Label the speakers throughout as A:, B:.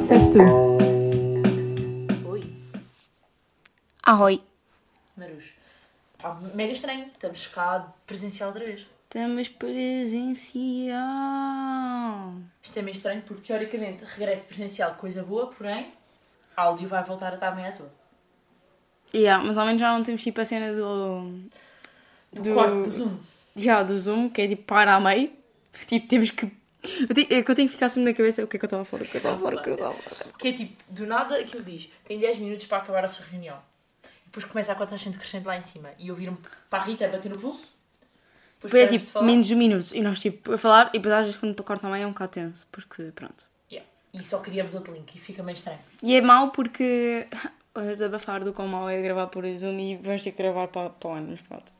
A: Certo.
B: Oi,
C: Arroi.
B: Marus. Pá, mega estranho. Estamos cá presencial outra vez.
C: Estamos presencial.
B: Isto é meio estranho porque, teoricamente, regresso presencial, coisa boa, porém, áudio vai voltar a estar meio à toa.
C: Yeah, mas ao menos já não temos tipo a cena do.
B: Do,
C: Do-
B: corte do Zoom.
C: Já, do Zoom, que é tipo para a meio. Tipo, temos que. Eu te- é que eu tenho que ficar sempre na cabeça o que é que eu estava a falar, o que eu estava a falar, o que eu estava a falar.
B: Que é tipo, do nada aquilo diz: tem 10 minutos para acabar a sua reunião. E depois começa a cota gente crescente lá em cima. E ouvir-me para a Rita bater no pulso. Depois
C: Depois é
B: paramos de
C: tipo
B: falar.
C: menos de um minuto e nós tipo a falar e depois às vezes quando corta a meio é um bocado tenso, porque pronto.
B: Yeah. E só criamos outro link e fica meio estranho.
C: E é mau porque. Vamos abafar do quão mau é gravar por Zoom e vamos ter que gravar para, para o ano, mas pronto.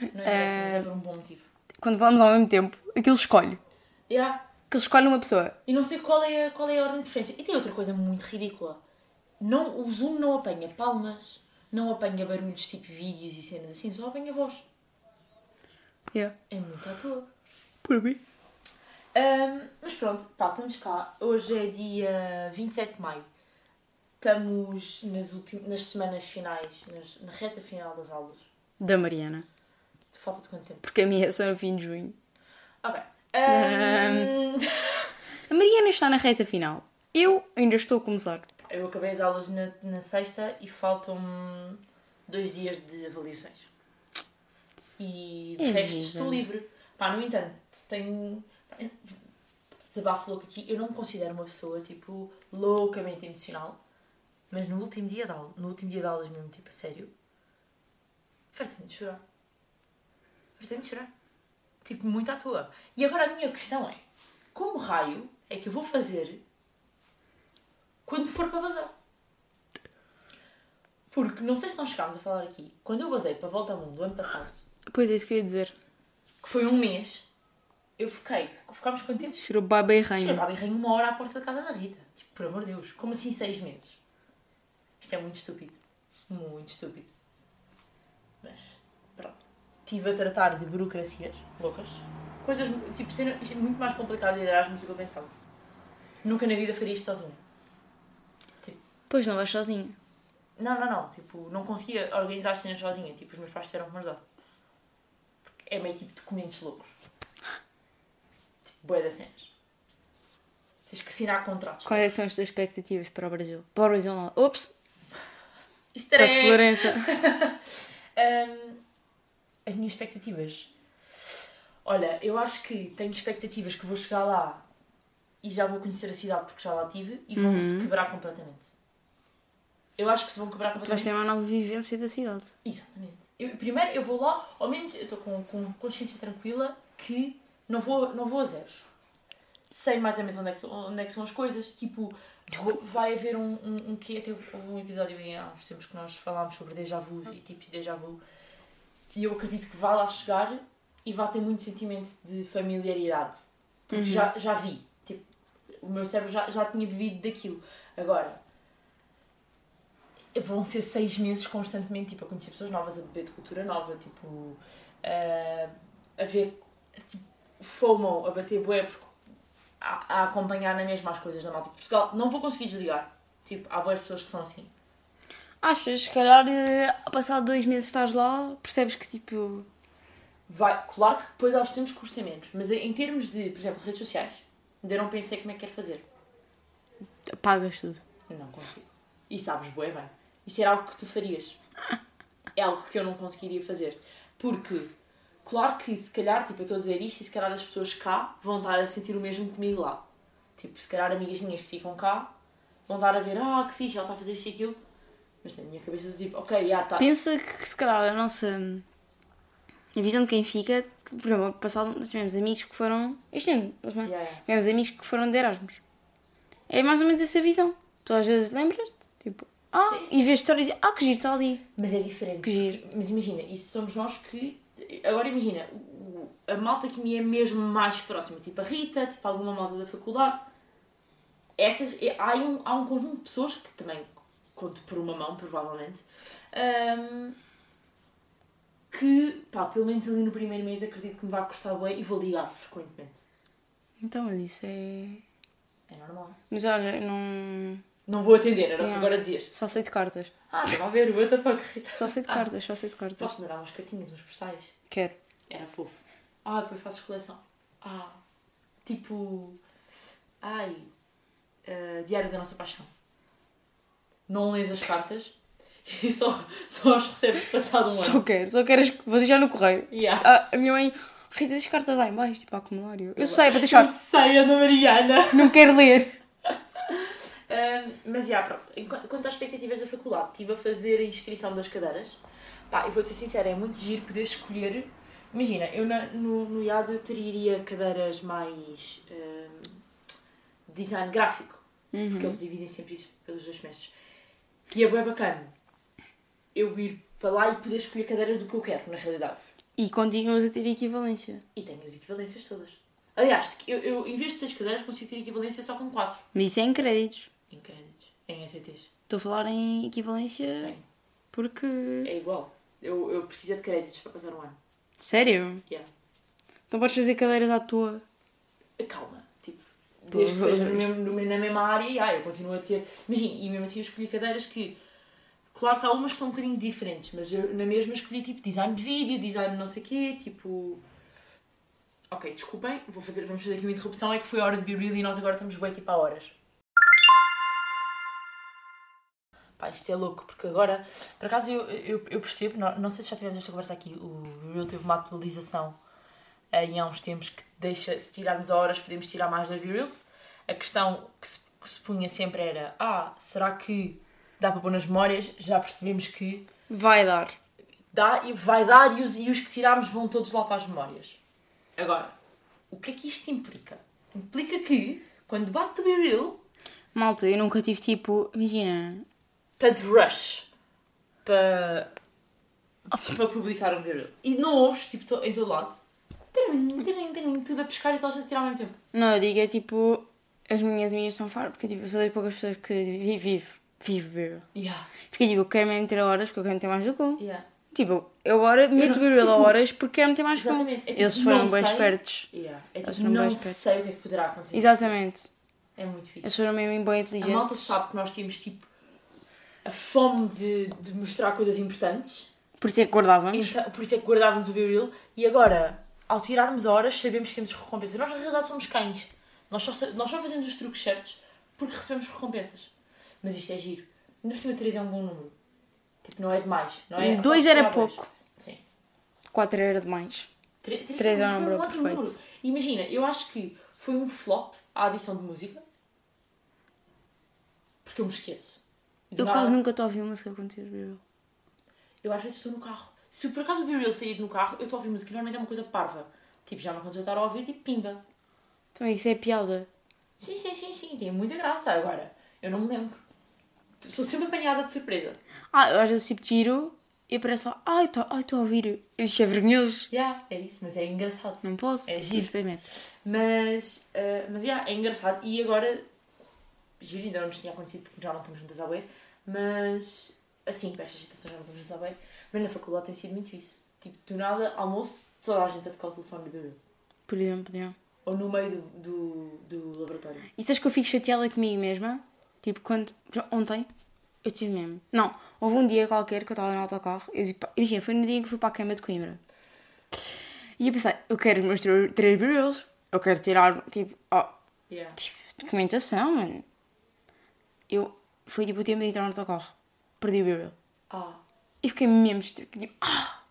B: Não interessa,
C: Eh,
B: mas é por um bom motivo.
C: Quando falamos ao mesmo tempo, aquilo escolhe.
B: Yeah.
C: Aquilo escolhe uma pessoa.
B: E não sei qual é, a- qual é a ordem de preferência. E tem outra coisa muito ridícula. Não, o Zoom não apanha palmas, não apanha barulhos tipo vídeos e cenas assim, só apanha voz.
C: Yeah.
B: É muito à toa.
C: Por mim.
B: Ahm, mas pronto, pá, estamos cá. Hoje é dia 27 de maio. Estamos nas, ulti- nas semanas finais, nas- na reta final das aulas.
C: Da Mariana.
B: Falta de quanto tempo?
C: Porque a minha é só no fim de junho.
B: Ok. Ahm,
C: A Mariana está na reta final. Eu ainda estou a começar.
B: eu acabei as aulas na, na sexta e faltam-me dois dias de avaliações. E de
C: É
B: resto
C: vida.
B: estou livre. Pá, no entanto, tenho. pá, eu- Desabafo louco aqui. Eu não me considero uma pessoa, tipo, loucamente emocional. Mas no último dia de aula, no último dia de aulas mesmo, tipo, a sério, fartei-me de chorar. Fartei-me de chorar. Tipo, muito à toa. E agora a minha questão é, como raio é que eu vou fazer quando for para bazar? Porque, não sei se nós chegámos a falar aqui, quando eu basei para a Volta ao Mundo, ano passado,
C: Pois é, isso que eu ia dizer.
B: que foi um mês, eu fiquei, ficámos quanto tempo?
C: Chorou baba e rainha.
B: Chegava e rei uma hora à porta da casa da Rita. Tipo, por amor de Deus, como assim seis meses? Isto é muito estúpido. Muito estúpido. Mas, pronto. Estive a tratar de burocracias loucas. Coisas, mu- tipo, cena- isto é muito mais complicado de Erasmus do que eu pensava. Nunca na vida faria isto sozinha.
C: Pois não vais sozinha.
B: Não, não, não. Tipo, não conseguia organizar as cenas sozinha. Tipo, os meus pais tiveram que me ajudar. Porque é meio tipo documentos loucos. Tipo, boia das cenas. Tens que assinar contratos.
C: Quais é que são as tuas expectativas para o Brasil? Para o Brasil não. Ops! Para
B: Estresse!
C: Florença.
B: Hum, as minhas expectativas. Olha, eu acho que tenho expectativas que vou chegar lá e já vou conhecer a cidade porque já lá tive e vão-se quebrar completamente. Eu acho que se vão quebrar
C: Tu vais
B: completamente.
C: ter uma nova vivência da cidade.
B: Exatamente. Eu- primeiro eu vou lá, ao menos eu estou com, com consciência tranquila que não vou, não vou a zeros. Sei mais ou menos onde é que, onde é que são as coisas. Tipo, vou- vai haver um, um, um que até houve um episódio aí há uns tempos que nós falámos sobre déjà vu e tipos de déjà vu. E eu acredito que vá lá chegar e vá ter muito sentimento de familiaridade. Porque já, já vi. Tipo, o meu cérebro já, já tinha bebido daquilo. Agora, vão ser seis meses constantemente tipo, a conhecer pessoas novas, a beber de cultura nova, tipo, eh, a ver tipo, FOMO, a bater bué, porque a, a acompanhar na mesma as coisas da malta de Portugal. Não vou conseguir desligar. Tipo, há boas pessoas que são assim.
C: Achas, se calhar, eh, ao passar dois meses estás lá, percebes que tipo.
B: Vai, claro que depois aos tempos custa menos, mas em em termos de, por exemplo, redes sociais, ainda não pensei como é que quero fazer.
C: apagas tudo.
B: Não consigo. E sabes bué bem. Isso era algo que tu farias. É algo que eu não conseguiria fazer. Porque, claro que se calhar, tipo, eu estou a dizer isto e se calhar as pessoas cá vão estar a sentir o mesmo comigo lá. Tipo, se calhar amigas minhas que ficam cá vão estar a ver, ah, que fixe, ela está a fazer isto e aquilo. Mas na minha cabeça do tipo, ok, já está.
C: Pensa que se calhar a nossa a visão de quem fica, por exemplo, ano passado nós tivemos amigos que foram. Este ano, não é?
B: Yeah, yeah.
C: tivemos amigos que foram de Erasmus. É mais ou menos essa visão. Tu às vezes lembras-te, tipo, ah,
B: Sim, sim.
C: e vês histórias e ah, que giro está ali.
B: Mas é diferente.
C: Que giro.
B: Mas imagina, isso somos nós que. Agora imagina, o- o- a malta que me é mesmo mais próxima, tipo a Rita, tipo alguma malta da faculdade. Essas, é- há, aí um, há um conjunto de pessoas que também conto por uma mão, provavelmente, hum, que, pá, pelo menos ali no primeiro mês acredito que me vai custar bem e vou ligar frequentemente.
C: Então, mas isso é.
B: É normal.
C: Mas olha, não.
B: Não vou atender, era o que
C: Yeah.
B: agora dizias.
C: Só sei de cartas.
B: Ah, estava a ver, what the fuck, Rita.
C: Só sei de cartas, só sei de cartas.
B: Posso mandar umas cartinhas, uns postais?
C: Quero.
B: Era fofo. Ah, depois fazes coleção. Ah, tipo. Ai. ah, Diário da Nossa Paixão. Não lês as cartas e só, só as recebes passado um ano.
C: Só quero, só quero. as- Vou deixar no correio.
B: Yeah.
C: Ah, a minha mãe. Rita, deixa cartas lá em baixo, tipo, a acumular. Eu, eu sei, vou deixar.
B: Saia da Mariana!
C: Não quero ler.
B: Um, mas já, pronto. Enqu- Quanto às expectativas da faculdade, estive a fazer a inscrição das cadeiras. Pá, eu vou-te ser sincera, é muito giro poder escolher. Imagina, eu na- no, no IAD eu teria cadeiras mais um, design gráfico, porque eles dividem sempre isso pelos dois semestres. E é bem bacana eu ir para lá e poder escolher cadeiras do que eu quero, na realidade.
C: E continuas a ter equivalência.
B: E tenho as equivalências todas. Aliás, se- eu, eu em vez de 6 cadeiras, consigo ter equivalência só com 4
C: Mas isso é em créditos.
B: em créditos, em ECTs.
C: Estou a falar em equivalência
B: Tenho.
C: porque.
B: É igual. Eu, eu preciso de créditos para passar um ano.
C: Sério?
B: Yeah.
C: Então podes fazer cadeiras à toa.
B: Calma. Tipo,
C: Pois.
B: desde que seja no mesmo- no me- na mesma área, ah, eu continuo a ter. Imagina, e mesmo assim eu escolhi cadeiras que. Claro que há umas que são um bocadinho diferentes, mas eu na mesma escolhi tipo design de vídeo, design de não sei quê, tipo. Ok, desculpem, vou fazer, vamos fazer aqui uma interrupção, é que foi a hora de Be Real e nós agora estamos bem tipo a horas. Pá, isto é louco, porque agora, por acaso eu, eu, eu percebo, não, não sei se já tivemos esta conversa aqui, o Real teve uma atualização em há uns tempos que deixa, se tirarmos a horas, podemos tirar mais dois reels. A questão que se, que se punha sempre era: ah, será que dá para pôr nas memórias? Já percebemos que
C: Vai dar.
B: dá e vai dar, e os, e os que tirarmos vão todos lá para as memórias. Agora, o que é que isto implica? Implica que, quando bate o reel,
C: Malta, eu nunca tive tipo. Imagina.
B: tanto rush para, para publicar um reel. E não ouves, tipo, to- em todo lado. Tirim, tirim, tirim, Tudo a pescar e toda a gente a tirar ao mesmo tempo.
C: Não, eu digo é tipo. As minhas amigas são faro, porque tipo, eu sou das poucas pessoas que vi- vive. Vive Beryl.
B: Yeah,
C: Porque tipo, eu quero mesmo ter horas porque eu quero meter mais do com.
B: yeah.
C: Tipo, eu agora meto
B: não-
C: Beryl a
B: tipo,
C: horas porque quero meter mais com.
B: exatamente, é tipo,
C: Eles foram
B: não
C: bem
B: sei.
C: espertos.
B: Yeah. É
C: Eles
B: tipo,
C: não
B: não
C: bem espertos.
B: sei o que é que poderá acontecer.
C: Exatamente.
B: É muito difícil.
C: Eles foram mesmo bem
B: A malta
C: inteligentes.
B: sabe que nós tínhamos tipo a fome de, de mostrar coisas importantes,
C: Por isso é que acordávamos.
B: então, por isso é que guardávamos o Be Real e agora, ao tirarmos horas, sabemos que temos recompensa. Nós na realidade somos cães. Nós só, sa- nós só fazemos os truques certos porque recebemos recompensas. Mas isto é giro. Ainda por cima 3 é um bom número. Tipo, não é demais. Não é?
C: Um Dois
B: Posso tirar
C: era
B: dois.
C: pouco.
B: Sim.
C: Quatro era demais.
B: Tre- Três,
C: Três é
B: foi
C: um número
B: ótimo
C: perfeito.
B: número. Imagina, eu acho que foi um flop a adição de música. Porque eu me esqueço. Do
C: Eu
B: nada.
C: quase nunca estou a ouvir música quando tiro Beryl.
B: Eu às vezes estou no carro. Se por acaso o Be Real sair no carro, eu estou a ouvir música. Normalmente é uma coisa parva. Tipo, já me aconteceu estar a ouvir, tipo, pimba.
C: Então isso é piada.
B: Sim, sim, sim, sim. Tem muita graça agora. Eu não me lembro. Sou sempre apanhada de surpresa.
C: Ah, eu às vezes tipo tiro e aparece lá. Ai, estou ai, estou a ouvir. Isto é vergonhoso.
B: Yeah, é isso, mas é engraçado.
C: Não posso. Tipo,
B: É giro.
C: Mas experimento.
B: Mas, ah, mas yeah, é engraçado. E agora, giro, ainda não nos tinha acontecido porque já não estamos juntas à bué, mas assim, para estas situações já não estamos juntas à bué, mas na faculdade tem sido muito isso. Tipo, do nada, almoço, toda a gente a tocar o telefone do bebê.
C: Por exemplo, não.
B: Ou no meio do, do, do laboratório.
C: E sabes que eu fico chateada comigo mesma? Tipo, quando. já Ontem? Eu tive mesmo. Não, houve um dia qualquer que eu estava no autocarro. Eu disse, pá, imagina, foi no dia em que fui para a cama de Coimbra. E eu pensei, eu quero os meus tr- três Beryls. Eu quero tirar, tipo, ó, tipo,
B: Yeah.
C: documentação, mano. Eu. Foi tipo o tempo de entrar no autocarro. Perdi o Beryl.
B: Ah,
C: E fiquei mesmo. Tipo, tipo, ah,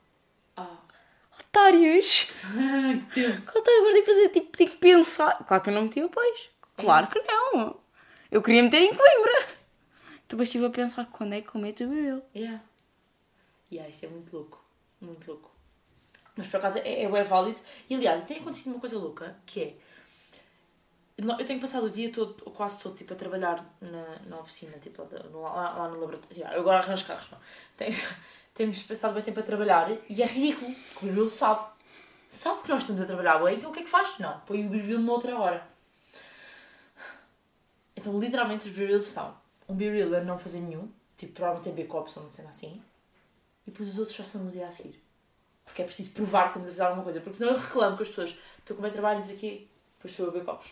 B: ah.
C: otários!
B: que tenso.
C: Qual agora tenho que fazer? Tipo, tenho que pensar. Claro que eu não meti o peixe. Claro
B: Uhum.
C: que não. Eu queria meter em Coimbra. Depois estive a pensar quando é que eu meto o Beryl.
B: Yeah. Yeah, isso é muito louco. Muito louco. Mas por acaso é, é, bué válido. E aliás, tem acontecido uma coisa louca, que é. no- Eu tenho passado o dia todo, ou quase todo, tipo, a trabalhar na, na oficina, tipo, lá, da- no- lá, lá no laboratório. Yeah, eu agora arranjo carros, não. Tenho- temos passado bem tempo a trabalhar e é ridículo, que o Birbilo sabe. Sabe que nós estamos a trabalhar bem, então o que é que faz? Não, põe o Birbilo noutra hora. Então, literalmente, os Birils são um Biril a não fazer nenhum, tipo, provavelmente tem B-Cops ou uma cena assim, e depois os outros só são no dia a seguir. Porque é preciso provar que estamos a "Então, é fazer alguma coisa, porque senão eu reclamo com as pessoas, estou com o meu trabalho, não sei o quê, depois sou a B-Cops.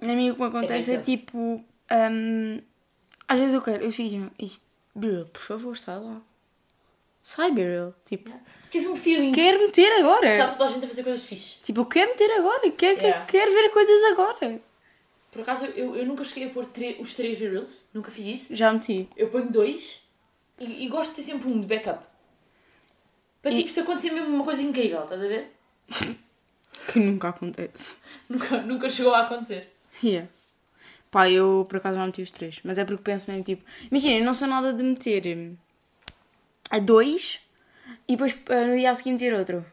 C: Na minha o que me acontece é,
B: Irrita-se.
C: tipo. hum, às vezes eu quero, eu fico tipo, isto, Beryl, por favor, sai lá. Sai, Beryl. Tipo,
B: Tens um feeling. Que...
C: quero meter agora.
B: Está toda a gente a fazer coisas fixe.
C: Tipo, eu quero meter agora, quero,
B: Tá. Yeah.
C: quero ver coisas agora.
B: Por acaso, eu, eu nunca cheguei a pôr tre- os três reels, nunca fiz isso.
C: Já meti.
B: Eu ponho dois e, e gosto de ter sempre um de backup. Para
C: E-
B: tipo, se acontecer mesmo uma coisa incrível, estás a ver?
C: Que nunca acontece.
B: Nunca, nunca chegou a acontecer.
C: Yeah. Pá, eu por acaso não meti os três, mas é porque penso mesmo tipo. Imagina, eu não sou nada de meter hum, a dois e depois ah, no dia a seguir meter outro.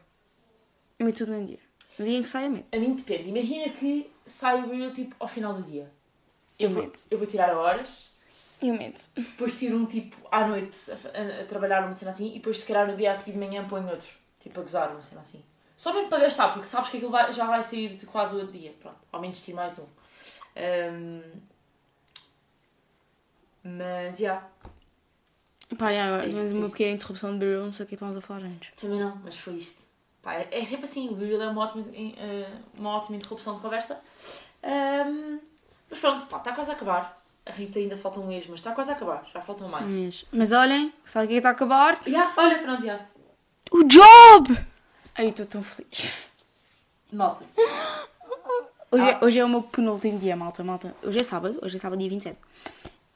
C: Eu meto tudo num dia. No dia em que sai, eu meto.
B: A mim depende. Imagina que sai o reel tipo ao final do dia.
C: Eu
B: vou,
C: meto.
B: eu vou tirar horas,
C: Eu meto.
B: depois tiro um tipo à noite a, fa- a- a trabalhar uma cena assim e depois se calhar no dia a seguir de manhã ponho outro. Tipo a gozar uma cena assim. Só mesmo para gastar, porque sabes que aquilo vai- já vai sair de quase o outro dia. Pronto, ao menos tiro mais um. Ahm, Mas, já.
C: Pá, já, agora,
B: É isso,
C: mas
B: é
C: uma
B: isso.
C: pequena interrupção de Beryl, não sei o que estávamos a falar antes.
B: Também não, mas foi isto. Pá, é é sempre assim, o Google é uma ótima, in- eh, uma ótima interrupção de conversa. Ahm, mas pronto, pá, está quase a acabar. A Rita ainda falta um mês, mas está quase a acabar, já faltam mais.
C: Mas, mas olhem, sabe o que é que está a acabar?
B: Já, olha, pronto, já.
C: O job! Ai, estou tão feliz.
B: Nota-se.
C: Hoje,
B: Ah.
C: é- hoje é o meu penúltimo dia, malta, malta. Hoje é sábado, hoje é sábado dia 27.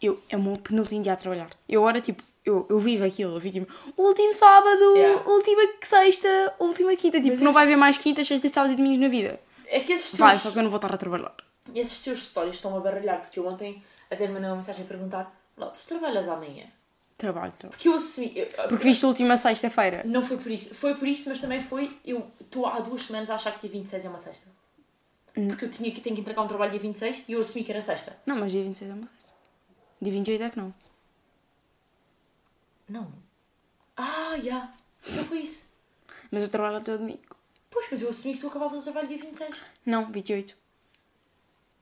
C: Eu, é o meu penúltimo dia a trabalhar. Eu agora, tipo, eu, eu vivo aquilo, eu vivo tipo, último sábado,
B: Yeah.
C: última sexta, última quinta. Tipo,
B: Mas
C: não
B: isso-
C: vai haver mais quintas, sextas, sábados e domingos na vida.
B: É que esses teus,
C: Vai, só que eu não vou estar a trabalhar.
B: esses teus stories estão a baralhar, porque eu ontem até me mandei uma mensagem a perguntar: Lá, tu trabalhas amanhã?
C: Trabalho, trabalho.
B: Porque eu assumi. eu-
C: Porque viste a última sexta-feira.
B: Não foi por isso. Foi por isso, mas também foi. Eu estou há duas semanas a achar que dia 26 é uma sexta.
C: Hum.
B: Porque eu tinha que, tenho que entregar um trabalho dia 26 e eu assumi que era sexta.
C: Não, mas dia 26 é uma sexta. Dia 28 é que não.
B: Não. Ah, já. Então foi isso.
C: Mas eu trabalho até o domingo.
B: Pois, mas eu assumi que tu acabavas o trabalho dia 26.
C: Não, 28.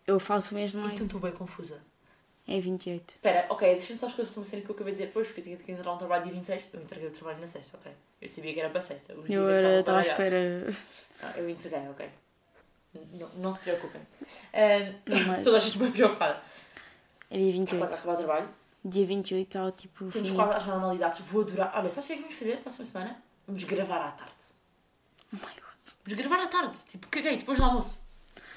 C: Eu faço o mês de
B: Então
C: maio.
B: estou bem confusa.
C: É 28.
B: Espera, ok, deixa-me só esclarecer uma cena que eu acabei de dizer depois, porque eu tinha que entregar um trabalho dia 26. Eu entreguei o trabalho na sexta, ok? Eu sabia que era para sexta. Os dias é
C: Eu
B: que
C: era- estava
B: estavam
C: à
B: baralhados.
C: espera. É
B: Ah, eu entreguei, ok. Não, não se preocupem. Ah,
C: Mas-
B: Toda a gente bem preocupada.
C: É
B: Está quase
C: dia
B: a
C: 28.
B: acabar o trabalho.
C: Dia 28 está tipo.
B: Temos
C: fim.
B: quase as normalidades. Vou adorar. Olha, sabes o que é que vamos fazer na próxima semana? Vamos gravar à tarde.
C: Oh my god.
B: Vamos gravar à tarde. Tipo, caguei, depois do almoço.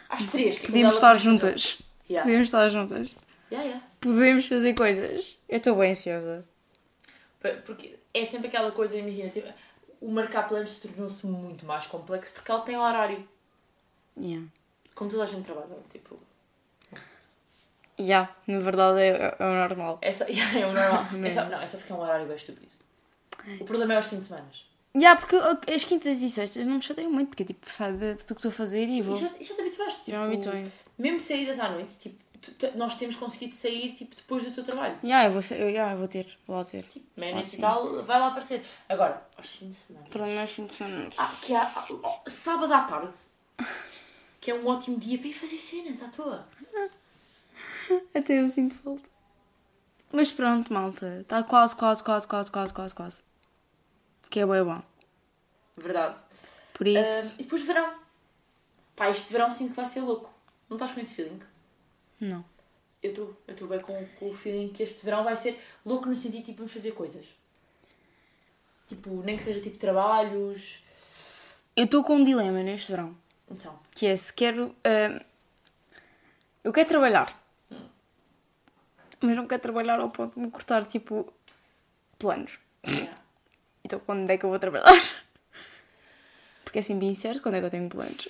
B: Às três. que é
C: Podemos
B: quando ela-
C: estar juntas.
B: Yeah.
C: Podemos estar juntas.
B: Yeah, yeah.
C: Podemos fazer coisas. Eu estou bem ansiosa.
B: Pa- Porque é sempre aquela coisa, imagina, tipo, o marcar planos tornou-se muito mais complexo porque ela tem um horário.
C: Yeah.
B: Como toda a gente trabalha, tipo,
C: Yeah, na verdade é, é- é o normal.
B: essa é o normal.
C: Não.
B: É só, não, é só porque é um horário bem estúpido. O problema é os fins de semana.
C: Yeah, porque eu- as quintas e sextas não me chateiam muito, porque tipo, sabe de tudo o que estou a fazer e
B: E
C: vou. um
B: já, e já te habituaste, tipo,
C: Já me habituei.
B: mesmo saídas à noite, tipo, tu- tu- nós temos conseguido sair, tipo, depois do teu trabalho.
C: Yeah, eu vou, ser- eu, yeah, eu vou ter, vou lá ter.
B: Tipo, meia-noite
C: Ah,
B: e
C: sim.
B: tal, vai lá aparecer. Agora, aos fins de semana.
C: Para mais fim de semana.
B: Ah, que há, ah, oh, sábado à tarde, que é um ótimo dia para ir fazer cenas à toa.
C: Até eu sinto falta. Mas pronto, malta. Está quase, quase, quase, quase, quase, quase, quase. Que é bem bom.
B: Verdade.
C: Por
B: Ah,
C: isso.
B: e depois verão. Pá, este verão sinto que vai ser louco. Não estás com esse feeling?
C: Não.
B: Eu estou. Eu estou bem com, com o feeling que este verão vai ser louco no sentido tipo, vamos fazer coisas. Tipo, nem que seja tipo trabalhos.
C: Eu estou com um dilema neste verão.
B: Então,
C: Que é se quero. ah, eu quero trabalhar. Mas não quero trabalhar ao ponto de me cortar, tipo, planos.
B: yeah.
C: Então quando é que eu vou trabalhar? Porque é assim bem incerto quando é que eu tenho planos.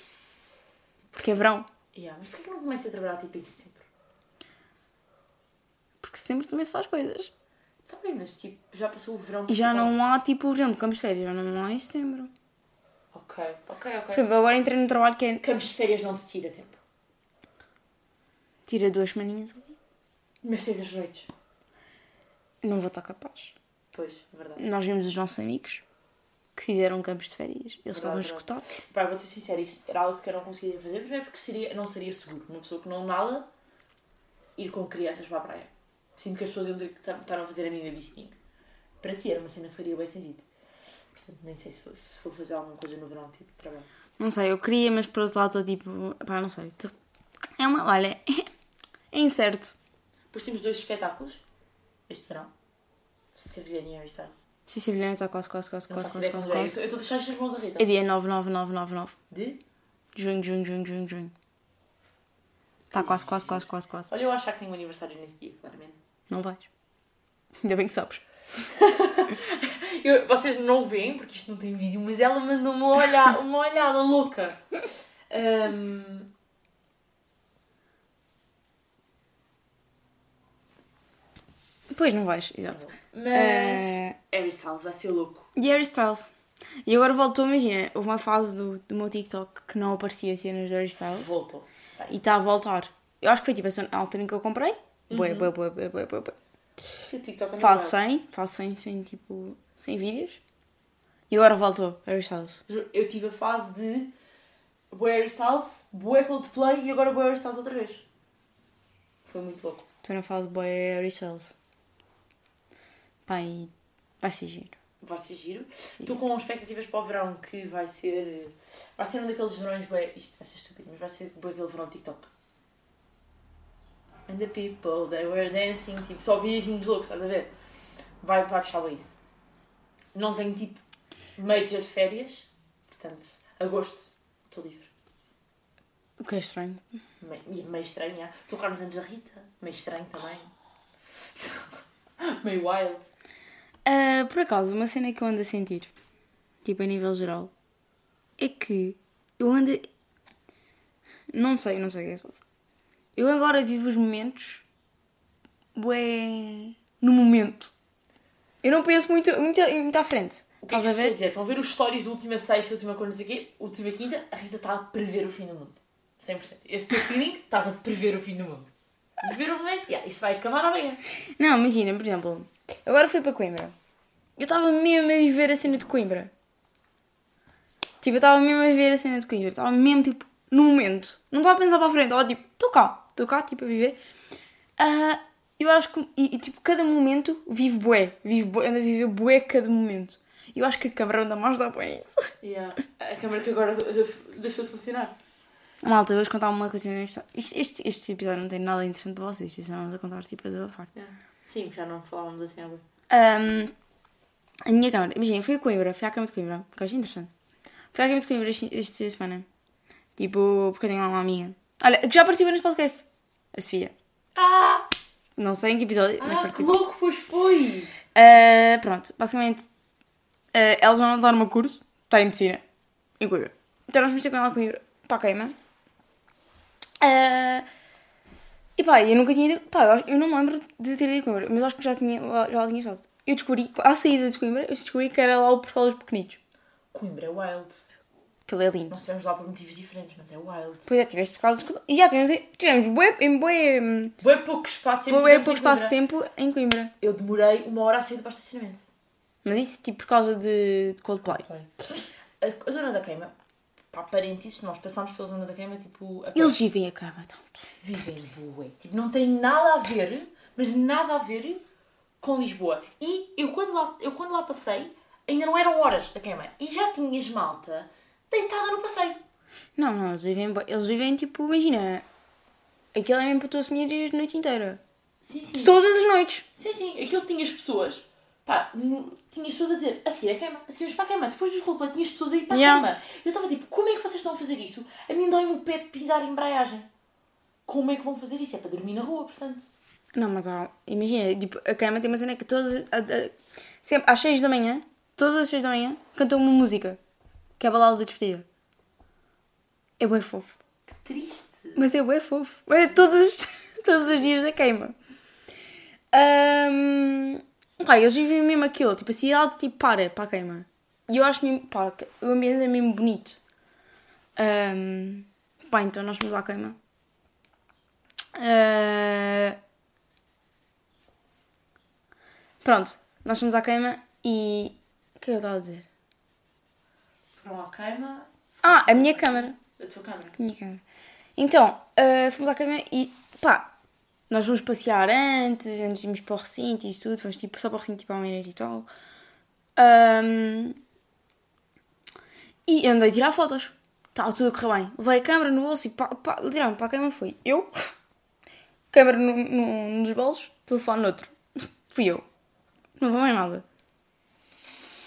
C: Porque é verão.
B: Yeah. Mas porquê que não comecei a trabalhar tipo em setembro?
C: Porque setembro também se faz coisas.
B: Está bem, mas tipo, já passou o verão.
C: E já
B: principal.
C: não há, tipo, por exemplo, campos de férias. Já não há em setembro.
B: Ok, ok,
C: Por
B: ok.
C: exemplo, agora entrei num trabalho que é...
B: Campos de férias não te tira tempo.
C: Tira duas maninhas ali.
B: Mas tens as noites.
C: Não vou estar capaz.
B: Pois, é verdade.
C: Nós vimos os nossos amigos que fizeram campos de férias. Eles estavam
B: Verdade,
C: escutados.
B: Pá, vou ser sincera, isto era algo que eu não conseguiria fazer, primeiro porque seria, não seria seguro. Uma pessoa que não nada, ir com crianças para a praia. Sinto que as pessoas iam dizer que ta- estavam a fazer a minha babysitting. Para ti era uma cena que faria bem sentido. Portanto, nem sei se vou, se vou fazer alguma coisa no verão, tipo de trabalho.
C: Não sei, eu queria, mas por outro lado estou tipo... Pá, não sei. Tô- É uma. Olha, é incerto.
B: Depois temos dois espetáculos este verão. Cecília e Harry Styles.
C: Cecília Vilhena está é quase, quase, quase,
B: é Não
C: quase,
B: faço
C: quase,
B: ideia
C: quase,
B: quando é. Eu
C: quase.
B: estou a deixar as mãos da Rita.
C: É dia 99999.
B: De?
C: Junho, junho, junho, junho, junho. Está quase, quase, quase, quase, quase.
B: Olha, eu acho que tenho um aniversário nesse dia, claramente.
C: Não vais. Ainda bem que sabes.
B: Eu- vocês não veem, porque isto não tem vídeo, mas ela mandou uma olhada, uma olhada louca. Ahm.
C: Pois não vais, exato.
B: mas.
C: Eh.
B: É, Harry Styles vai ser louco.
C: E Harry Styles. E agora voltou, imagina, houve uma fase do, do meu TikTok que não aparecia cenas de Harry Styles.
B: Voltou. Sai.
C: E está a voltar. Eu acho que foi tipo a altura em que eu comprei.
B: Uhum.
C: Boa, boa, boa, boa, boa, boa.
B: Se o TikTok anda
C: Faço
B: bravo.
C: 100, faço 100, sem tipo, 100 vídeos. E agora voltou, Harry Styles.
B: Juro, Eu tive a fase de. Boé Harry Styles, Boé Coldplay e agora Boé Harry Styles outra vez. Foi muito louco.
C: Estou na fase boa Harry Styles. Pai, vai ser giro.
B: Vai ser giro. Estou com expectativas para o verão que vai ser. Vai ser um daqueles verões bem. Isto vai ser estúpido, mas vai ser bem aquele verão TikTok. And the people, they were dancing, tipo, só vizinhos loucos, estás a ver? Vai, vai puxar bem isso. Não tenho tipo major férias, portanto, agosto estou livre.
C: O que é estranho.
B: Meio, e é meio estranho, já. Estou cá nos anos da Rita, meio estranho também. meio wild.
C: Ah, por acaso, uma cena que eu ando a sentir, tipo a nível geral, é que eu ando. Não sei, não sei o que é que se passa. Eu agora vivo os momentos. Bué. No momento. Eu não penso muito, muito, muito à frente.
B: O que é
C: Estás
B: que isto quer
C: a ver?
B: dizer? Estão a ver os stories da última sexta, última coisa, não sei o quê, última quinta, a Rita está a prever o fim do mundo. 100%. Esse teu feeling, estás a prever o fim do mundo. Prever o momento, yeah, isto vai acabar amanhã.
C: Não, imagina, por exemplo, agora fui para Coimbra. Eu estava mesmo a viver a cena de Coimbra. Tipo, eu estava mesmo a viver a cena de Coimbra. Estava mesmo, tipo, no momento. Não estava a pensar para a frente. Estava, tipo, estou cá. Estou cá, tipo, a viver. Ah, eu acho que... E, e, tipo, cada momento vive bué. Vive bué. Anda a viver bué cada momento. Eu acho que a câmara anda mais dá bué isso.
B: Yeah. A câmera que agora uh, deixou de funcionar.
C: Malta, eu vou-vos contar uma coisa. mesmo. Isto- Este, este episódio não tem nada interessante para vocês. Isto é nós a contar, tipo, a desabafar.
B: Yeah. Sim, já não falávamos assim agora.
C: Ahm, a minha câmara, imagina, eu fui a Coimbra, fui à câmara de Coimbra, que eu achei interessante. Fui à câmara de Coimbra este- esta semana. Tipo, porque eu tenho lá uma amiga. Olha, que já participou neste podcast. A Sofia.
B: Ah!
C: Não sei em que episódio, mas
B: Ah, que
C: participou.
B: louco, pois foi!
C: Ah, pronto, basicamente, ah, ela já não dá um curso, está em medicina, em Coimbra. Então nós vamos ter com ela a Coimbra, para a queima. Ah, e pá, eu nunca tinha ido, pá, eu acho- eu não me lembro de ter ido a Coimbra, mas acho que já tinha, já, já tinha estado. Eu descobri, à saída de Coimbra, eu descobri que era lá o Portal dos Pequenitos,
B: Coimbra é wild.
C: que ele é lindo.
B: Nós estivemos lá por motivos diferentes, mas é wild.
C: Pois é, tiveste Portal dos Pequenitos, e já tivemos, tivemos bué, em bué, hum,
B: Foi pouco espaço sempre
C: bué
B: tivemos em
C: pouco espaço de
B: Coimbra.
C: tempo em Coimbra.
B: Eu demorei uma hora a sair do estacionamento.
C: Mas isso, tipo, por causa de, de Coldplay.
B: A, a zona da queima, pá, parênteses, nós passámos pela zona da queima, tipo, a
C: Eles vivem a cama, então. tanto.
B: vivem bué. Tipo, não tem nada a ver, mas nada a ver com Lisboa. E eu quando lá, eu quando lá passei, ainda não eram horas da queima. E já tinhas malta deitada no passeio.
C: Não, não, eles vivem, bué- eles vivem tipo, imagina, aquilo é mesmo para tu assumir a noite inteira.
B: Sim, sim.
C: Todas as noites.
B: Sim, sim. é Aquilo tinhas pessoas, pá, no- tinhas pessoas a dizer, a seguir a queima, a seguir vamos para a queima. Depois dos Coldplay tinhas pessoas a ir para a
C: Yeah.
B: queima. Eu estava tipo, como é que vocês estão a fazer isso? A mim dói-me o pé de pisar a embreagem. Como é que vão fazer isso? É para dormir na rua, portanto.
C: Não, mas há, imagina, tipo, a cama tem uma cena que todas, a- a- sempre às 6 da manhã, todas as 6 da manhã, cantam uma música, que é a balada da despedida. É bué fofo.
B: Que triste.
C: Mas é bué fofo. É todos, todos os dias da queima. Ahm, pá, eles vivem mesmo aquilo. Tipo, a cidade tipo, para para a queima. E eu acho mesmo, pá, que o ambiente é mesmo bonito. Ahm, pá, então nós vamos lá à queima. Ah, pronto, nós fomos à queima e... O que é que eu estava a dizer?
B: Foram à queima,
C: Ah, a minha câmara.
B: a tua câmara.
C: Minha câmara. Então, ah, fomos à câmara e pá, nós fomos passear antes, antes de irmos para o recinto e isso tudo, fomos tipo, só para o recinto tipo, à meia-noite e tal. Ahm, e andei a tirar fotos. Estava tudo a correr bem. Levei a câmera no bolso e pá, pá, literalmente para a cama foi eu, câmera no, no, num dos bolsos, telefone no outro. Fui eu. Não vou mais nada.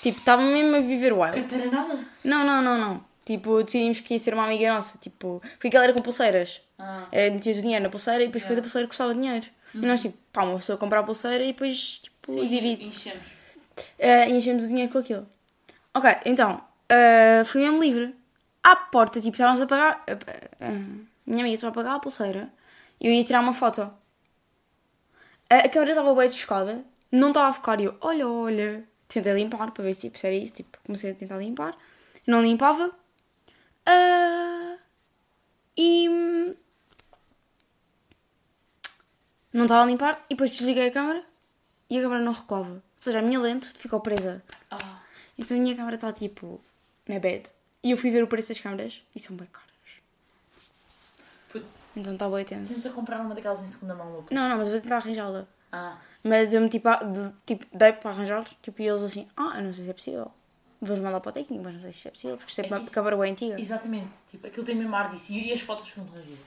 C: Tipo, estava mesmo a viver o wild.
B: Carteira nada?
C: Não, não, não, não. Tipo, decidimos que ia ser uma amiga nossa. Tipo, porque ela era com pulseiras.
B: Ah.
C: Eh, Metias o dinheiro na pulseira e depois
B: Yeah.
C: cada pulseira custava dinheiro. E nós, tipo, pá, uma pessoa comprar a pulseira e depois, tipo, divide.
B: enchemos.
C: Eh, enchemos o dinheiro com aquilo. Ok, então, eh, fui mesmo livre. À porta, tipo, estávamos a pagar. a- a- a- minha amiga estava a pagar a pulseira e eu ia tirar uma foto. Eh, A, a câmera estava bem desfocada, não estava a focar e eu, olha, olha. Tentei limpar para ver se, tipo, se era isso. Tipo, comecei a tentar limpar. Não limpava. Ah, e. hum, Não estava a limpar e depois desliguei a câmera e a câmera não recuava. Ou seja, a minha lente ficou presa.
B: Ah.
C: Então a minha câmera está tipo na bed. E eu fui ver o preço das câmeras e são bem caras.
B: Puto,
C: Então está bem
B: Tenta
C: tenso.
B: comprar uma daquelas em segunda mão, louca.
C: Não, não, mas eu vou tentar arranjá-la.
B: Ah.
C: Mas eu me tipo, a- de- tipo dei para arranjar tipo, e eles assim, ah, eu não sei se é possível. Vou mandar para o técnico, mas não sei se é possível, porque isto é
B: É
C: uma
B: isso.
C: câmera bem antiga.
B: Exatamente. Tipo, aquilo tem mesmo ar disso. E as fotos ficam tão giras.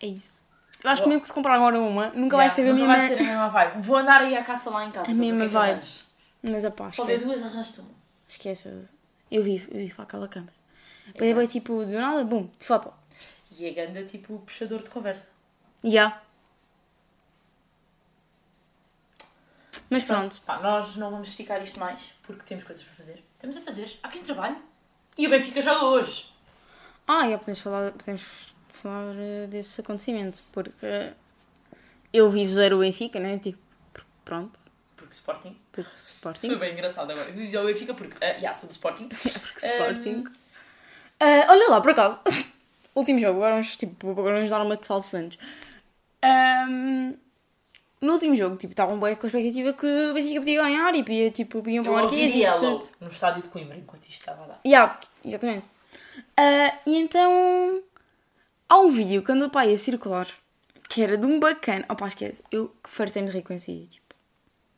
C: É isso. Eu acho que mesmo que se comprar agora uma, nunca vai
B: Oh. Yeah,
C: ser a
B: nunca
C: mesma.
B: vai ser a mesma vibe. Vou andar aí à caça lá em casa. para
C: A
B: ver o
C: mesma
B: que é que
C: vibe.
B: arranjo.
C: Mas a paz.
B: Só ver duas, arranjo-te uma.
C: Esquece. Eu vivo, eu vivo para aquela câmera. Depois é bem tipo, do nada, bum, de foto.
B: E a ganda, tipo, puxador de conversa.
C: Já. Mas pronto.
B: Pá, nós não vamos esticar isto mais, porque temos coisas para fazer. Temos a fazer. Há quem trabalhe. E o Benfica joga hoje.
C: Ah, já podemos falar, podemos falar eh, desse acontecimento, porque eh, eu vivo zero o Benfica, né? Tipo, pr- pronto,
B: Porque Sporting.
C: porque
B: Foi
C: Sporting.
B: bem engraçado agora. Vivi o Benfica porque, ah, yeah, sou do Sporting.
C: Porque Sporting.
B: eh,
C: Ah, olha lá, por acaso. Último jogo, agora vamos, tipo, agora vamos dar uma de falsos anos. Ahm, no último jogo, tipo, estavam bem com a expectativa que o Benfica podia ganhar e podia, tipo, podiam para o
B: Eu
C: Marquês
B: ouvi
C: e isso
B: Yellow
C: tudo.
B: no estádio de Coimbra, enquanto isto estava lá.
C: Yeah, exatamente. Ah, e então há um vídeo que andou para aí a circular que era de um bacana. Opa, esquece, eu que fartei-me de rir com esse vídeo. Tipo,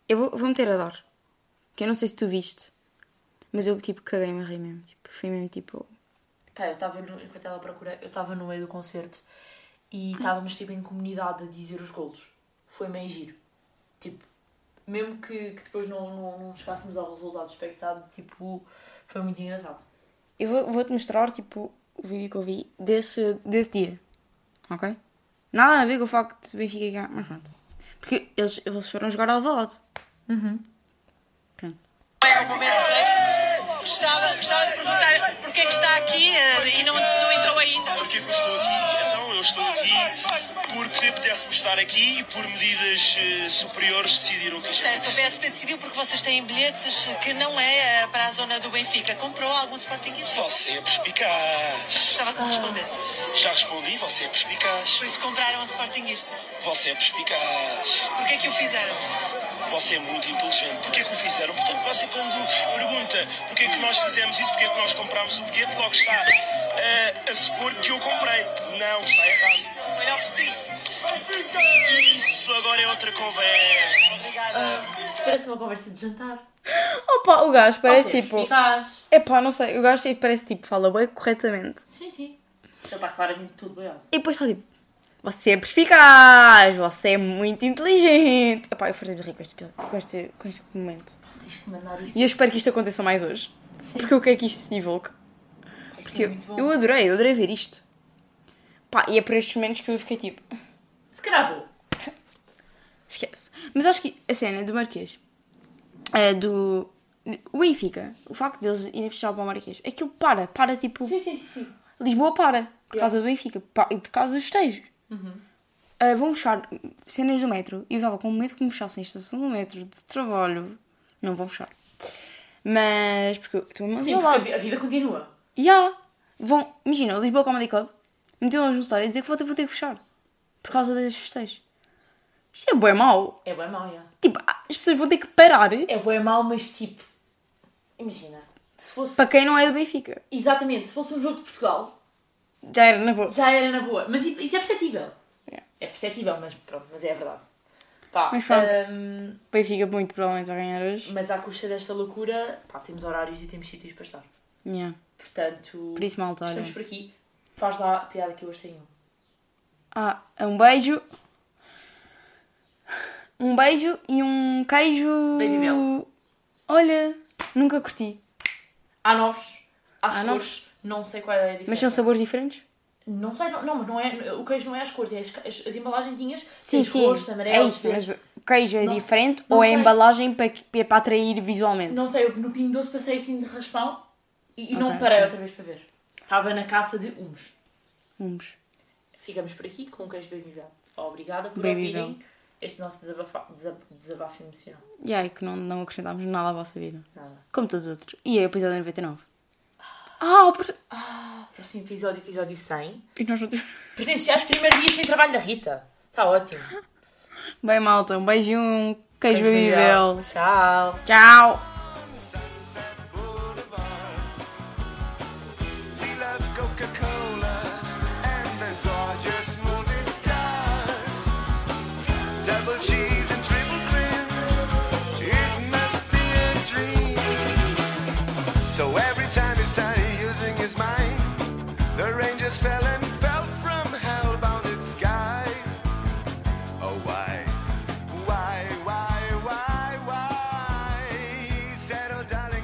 C: eu vou, vou meter a dar. Que eu não sei se tu viste, mas eu tipo caguei-me a rir mesmo. Tipo, fui mesmo tipo.
B: Pá, eu estava no- enquanto ela procura, eu estava no meio do concerto e estávamos tipo em comunidade a dizer os golos. Foi meio giro. Tipo, mesmo que, que depois não, não, não chegássemos ao resultado expectado, tipo, foi muito engraçado.
C: Eu vou- vou-te mostrar tipo o vídeo que eu vi desse, desse dia. Ok? Nada a ver com o facto de Benfica ganhar, mas pronto. Porque eles, eles foram jogar ao Valado. Pronto.
A: É o momento, não é? Gostava, gostava de perguntar porque é que está aqui eh, e não, não entrou ainda.
D: Porquê que eu estou aqui? Então, eu estou aqui porque pudéssemos estar aqui e por medidas eh, superiores decidiram que isto
A: Certo, o PSP decidiu porque vocês têm bilhetes que não é eh, para a zona do Benfica. Comprou algum Sportingista?
D: Você é perspicaz.
A: Gostava que me respondesse.
D: Já respondi, você é perspicaz.
A: Por isso compraram a Sportingistas.
D: Você é perspicaz.
A: Porquê que o fizeram?
D: Você é muito inteligente. Porquê que o fizeram? Portanto, você quando pergunta porquê que nós fizemos isso, porquê que nós comprámos o bilhete, logo está eh, a supor que eu comprei. Não, está errado.
A: Melhor oferecido.
D: Isso agora é outra conversa.
A: Obrigada.
B: Parece uma conversa de jantar.
C: Opa, o gajo parece
B: Ou seja,
C: tipo.
B: perspicaz.
C: É pá, não sei, eu gosto e parece tipo, fala bem corretamente.
B: Sim, sim. Ele está claramente tudo boiado.
C: E depois está tipo, você é perspicaz, você é muito inteligente. Epá, eu fartei de rir com este, episódio- com, este, com este momento.
B: Tens que mandar isso.
C: E eu espero que isto aconteça mais hoje.
B: Sim.
C: Porque eu quero que isto se divulgue.
B: Vai
C: Porque
B: ser
C: eu,
B: é muito bom.
C: eu adorei, eu adorei ver isto. Pá, e é por estes momentos que eu fiquei tipo,
B: Se calhar vou.
C: Esquece. Mas acho que a cena do Marquês, eh, do. O Benfica, o facto deles irem fechar para o Marquês, aquilo para, para tipo.
B: Sim, sim, sim, sim.
C: Lisboa para, por
B: Yeah. Uhum.
C: causa do Benfica pa- e por causa dos estejos. Ah, vão fechar cenas do metro. E eu estava com medo que me fechassem a estação do metro, de trabalho. Não vão fechar. Mas, porque eu estou
B: Sim,
C: mesmo
B: porque a,
C: lado.
B: vi- a vida continua.
C: Já! Vão, imagina, o Lisboa Comedy Club meteu nos no story a dizer que vou ter, vou ter que fechar. Por causa das festejos. Isto é bué mau.
B: É bem mau, já.
C: Tipo, as pessoas vão ter que parar
B: É bem mau, mas tipo. Imagina. Se fosse.
C: para quem não é do Benfica.
B: Exatamente, se fosse um jogo de Portugal,
C: Já era na boa.
B: já era na boa. Mas i- isso é perceptível.
C: Yeah.
B: É perceptível, mas pronto, mas é a verdade. Pá,
C: Mas pronto.
B: hum,
C: O Benfica muito provavelmente vai ganhar hoje.
B: mas à custa desta loucura, pá, temos horários e temos sítios para estar.
C: Yeah.
B: Portanto,
C: Por isso, malta, olha.
B: estamos por aqui. Faz lá a piada que eu hoje tenho.
C: Ah, um beijo. Um beijo e um queijo.
B: Baby mel.
C: Olha, nunca curti.
B: Há novos, há
C: Há
B: cores,
C: novos.
B: não sei qual é a diferença.
C: Mas são sabores diferentes?
B: Não sei, não, não, mas não é, o queijo não é as cores, é as, as, as embalagenzinhas,
C: Sim,
B: as
C: sim.
B: cores, amarelas,
C: é isso, mas
B: verdes.
C: o queijo é
B: Não sei-
C: diferente
B: não
C: ou é a
B: sei.
C: embalagem para, que- é para atrair visualmente?
B: Não sei, eu no Pinho Doce passei assim de raspão e, e não
C: Ok,
B: parei
C: ok.
B: outra vez para ver. Estava na caça de humus.
C: Humus.
B: Ficamos por aqui com o queijo Baby Bell. Obrigada por
C: Baby
B: ouvirem este nosso desabafa- desa- desabafo, emocional.
C: E aí que não, não acrescentámos nada à vossa vida.
B: Nada.
C: Como todos os outros. E é o episódio 99. Ah, o per-
B: Ah, próximo episódio, episódio 100.
C: E nós não temos-
B: Presenciais, primeiro dia sem trabalho da Rita. Está ótimo.
C: Bem, malta, um beijinho, um queijo,
B: Baby
C: queijo
B: Bell.
C: bebível.
B: Tchau.
C: Tchau!
E: Sunset Boulevard. We love Coca Cola and the gorgeous movie stars. Double cheese and triple cream. It must be a dream. So every time he started using his mind, the Rangers fell and fell from hell bounded skies. Oh, why? Why, why, why, why? Settle, darling,